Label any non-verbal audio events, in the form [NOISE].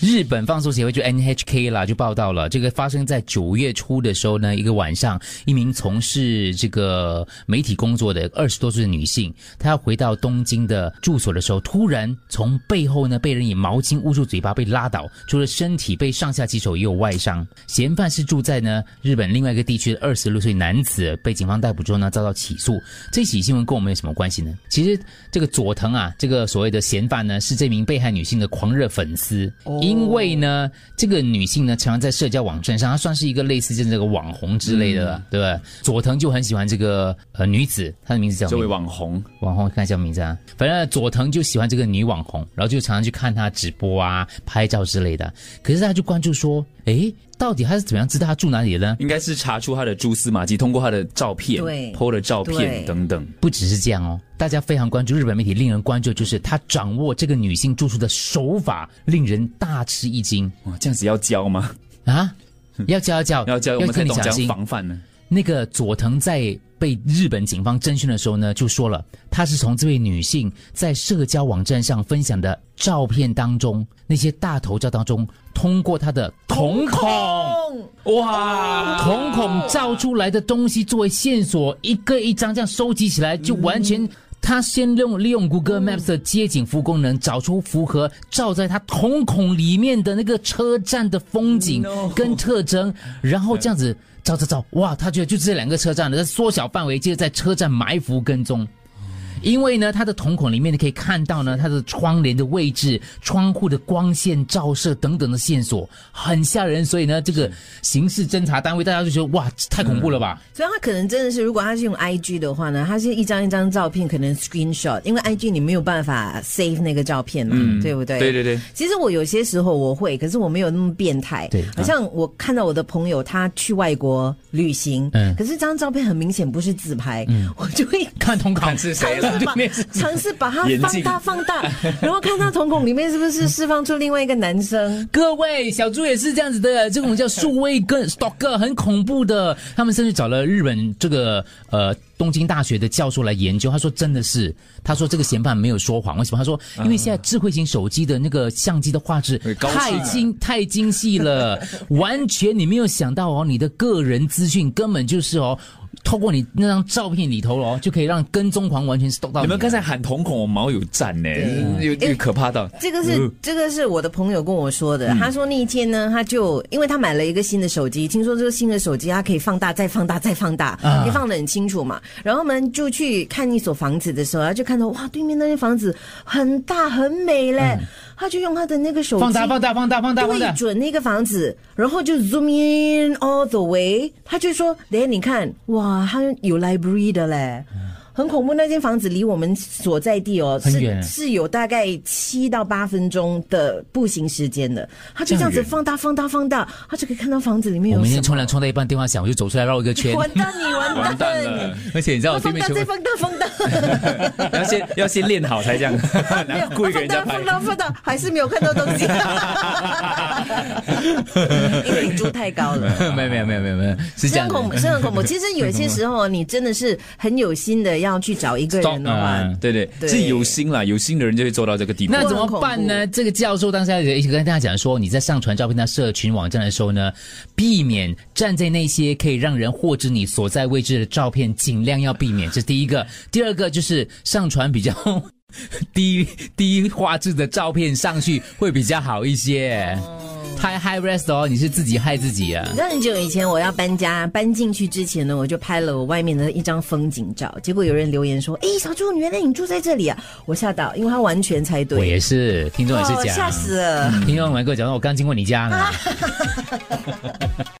日本放送协会就 NHK 啦，就报道了这个发生在九月初的时候呢，一个晚上，一名从事这个媒体工作的二十多岁的女性，她要回到东京的住所的时候，突然从背后呢被人以毛巾捂住嘴巴，被拉倒，除了身体被上下其手，也有外伤。嫌犯是住在呢日本另外一个地区的二十六岁男子，被警方逮捕之后呢遭到起诉。这起新闻跟我们有什么关系呢？其实这个佐藤啊，这个所谓的嫌犯呢，是这名被害女性的狂热粉丝。因为呢，这个女性呢，常常在社交网站上，她算是一个类似这个网红之类的，对吧？佐藤就很喜欢这个呃女子，她的名字叫这什位么网红，网红，看一下名字啊。反正佐藤就喜欢这个女网红，然后就常常去看她直播啊、拍照之类的。可是他就关注说，诶，到底她是怎么样知道她住哪里的呢？应该是查出他的蛛丝马迹，通过他的照片、对 PO 的照对片等等。不只是这样哦，大家非常关注日本媒体，令人关注的就是他掌握这个女性住处的手法，令人大吃一惊哇，这样子要教吗？啊！要教要教要教我们才跟你懂小怎心样。防范呢。那个佐藤在被日本警方侦讯的时候呢，就说了，他是从这位女性在社交网站上分享的照片当中，那些大头照当中，通过她的瞳孔、哇，瞳孔照出来的东西作为线索，一个一张这样收集起来，就完全。他先用利用 Google Maps 的街景服务功能，找出符合照在他瞳孔里面的那个车站的风景 No 跟特征，然后这样子照照照，哇，他觉得就这两个车站了，在缩小范围，接着在车站埋伏跟踪。因为呢，它的瞳孔里面你可以看到呢，它的窗帘的位置、窗户的光线照射等等的线索，很吓人。所以呢，这个刑事侦查单位大家就觉得哇，太恐怖了吧？嗯所以他可能真的是，如果他是用 IG 的话呢，他是一张一张照片，可能 screenshot，因为 IG 你没有办法 save 那个照片嘛，对不对？嗯对对对，其实我有些时候我会，可是我没有那么变态。对好像我看到我的朋友他去外国旅行，嗯可是这张照片很明显不是自拍，我就会看瞳孔看是谁了看对面是尝试把它眼放镜大放大，然后看他瞳孔里面是不是释放出另外一个男生。各位，小猪也是这样子的，这种叫数位跟 stalker，很恐怖的。他们甚至找了日本这个呃东京大学的教授来研究，他说真的是，他说这个嫌犯没有说谎，为什么？他说因为现在智慧型手机的那个相机的画质对 [LAUGHS] 高清啊太精太精细了，完全你没有想到哦，你的个人资讯根本就是哦。透过你那张照片里头哦，就可以让跟踪狂完全 stalk 到你你们刚才喊瞳孔，我毛有站呢，有有可怕到。这个是、嗯呃这个是我的朋友跟我说的，他说那一天呢，他就因为他买了一个新的手机，听说这个新的手机它可以放大再放大再放大，啊可以放得很清楚嘛。然后我们就去看一所房子的时候，他就看到哇，对面那间房子很大很美嘞，他就用他的那个手机嗯放大放大放大放大放对大，准那个房子，然后就 zoom in all the way，他就说：“哎，你看，哇，他有 library 的嘞，很恐怖。那间房子离我们所在地哦，很远是是有大概七到八分钟的步行时间的。他就这样这子样远放大、放大、放大，他就可以看到房子里面我有明什天么。冲凉冲到一半，电话响，我就走出来绕一个圈。完蛋你，完蛋完蛋 [LAUGHS] 了！而且你知道我对放面大全部再放大放大， [LAUGHS] 要先要先练好才这 [LAUGHS] 样，没然有后故意给人 [LAUGHS] 家拍放。大放大放大，还是没有看到东 [LAUGHS] 西， [LAUGHS] 因为你住太高了。没有没有没有没有没有，是这是样很的。恐怖，是 [LAUGHS] 很恐怖。其实有些时候，你真的是很有心的要去找一个人的话，嗯 [LAUGHS] 对对，对是有心啦，有心的人就会做到这个地步。那怎么办呢？这个教授当下也跟大家讲说，你在上传照片到社群网站的时候呢，避免站在那些可以让人获知你所在位置的照片，尽量要避免。这是第一个。第二个就是上传比较低低画质的照片上去会比较好一些。太 high res 哦，你是自己害自己啊！你知道很久以前我要搬家，搬进去之前呢，我就拍了我外面的一张风景照。结果有人留言说：“诶，小猪，原来你住在这里啊！”我吓到，因为他完全猜我对，也是，听众也是哦讲，吓死了。听众们跟我讲说，我刚经过你家呢。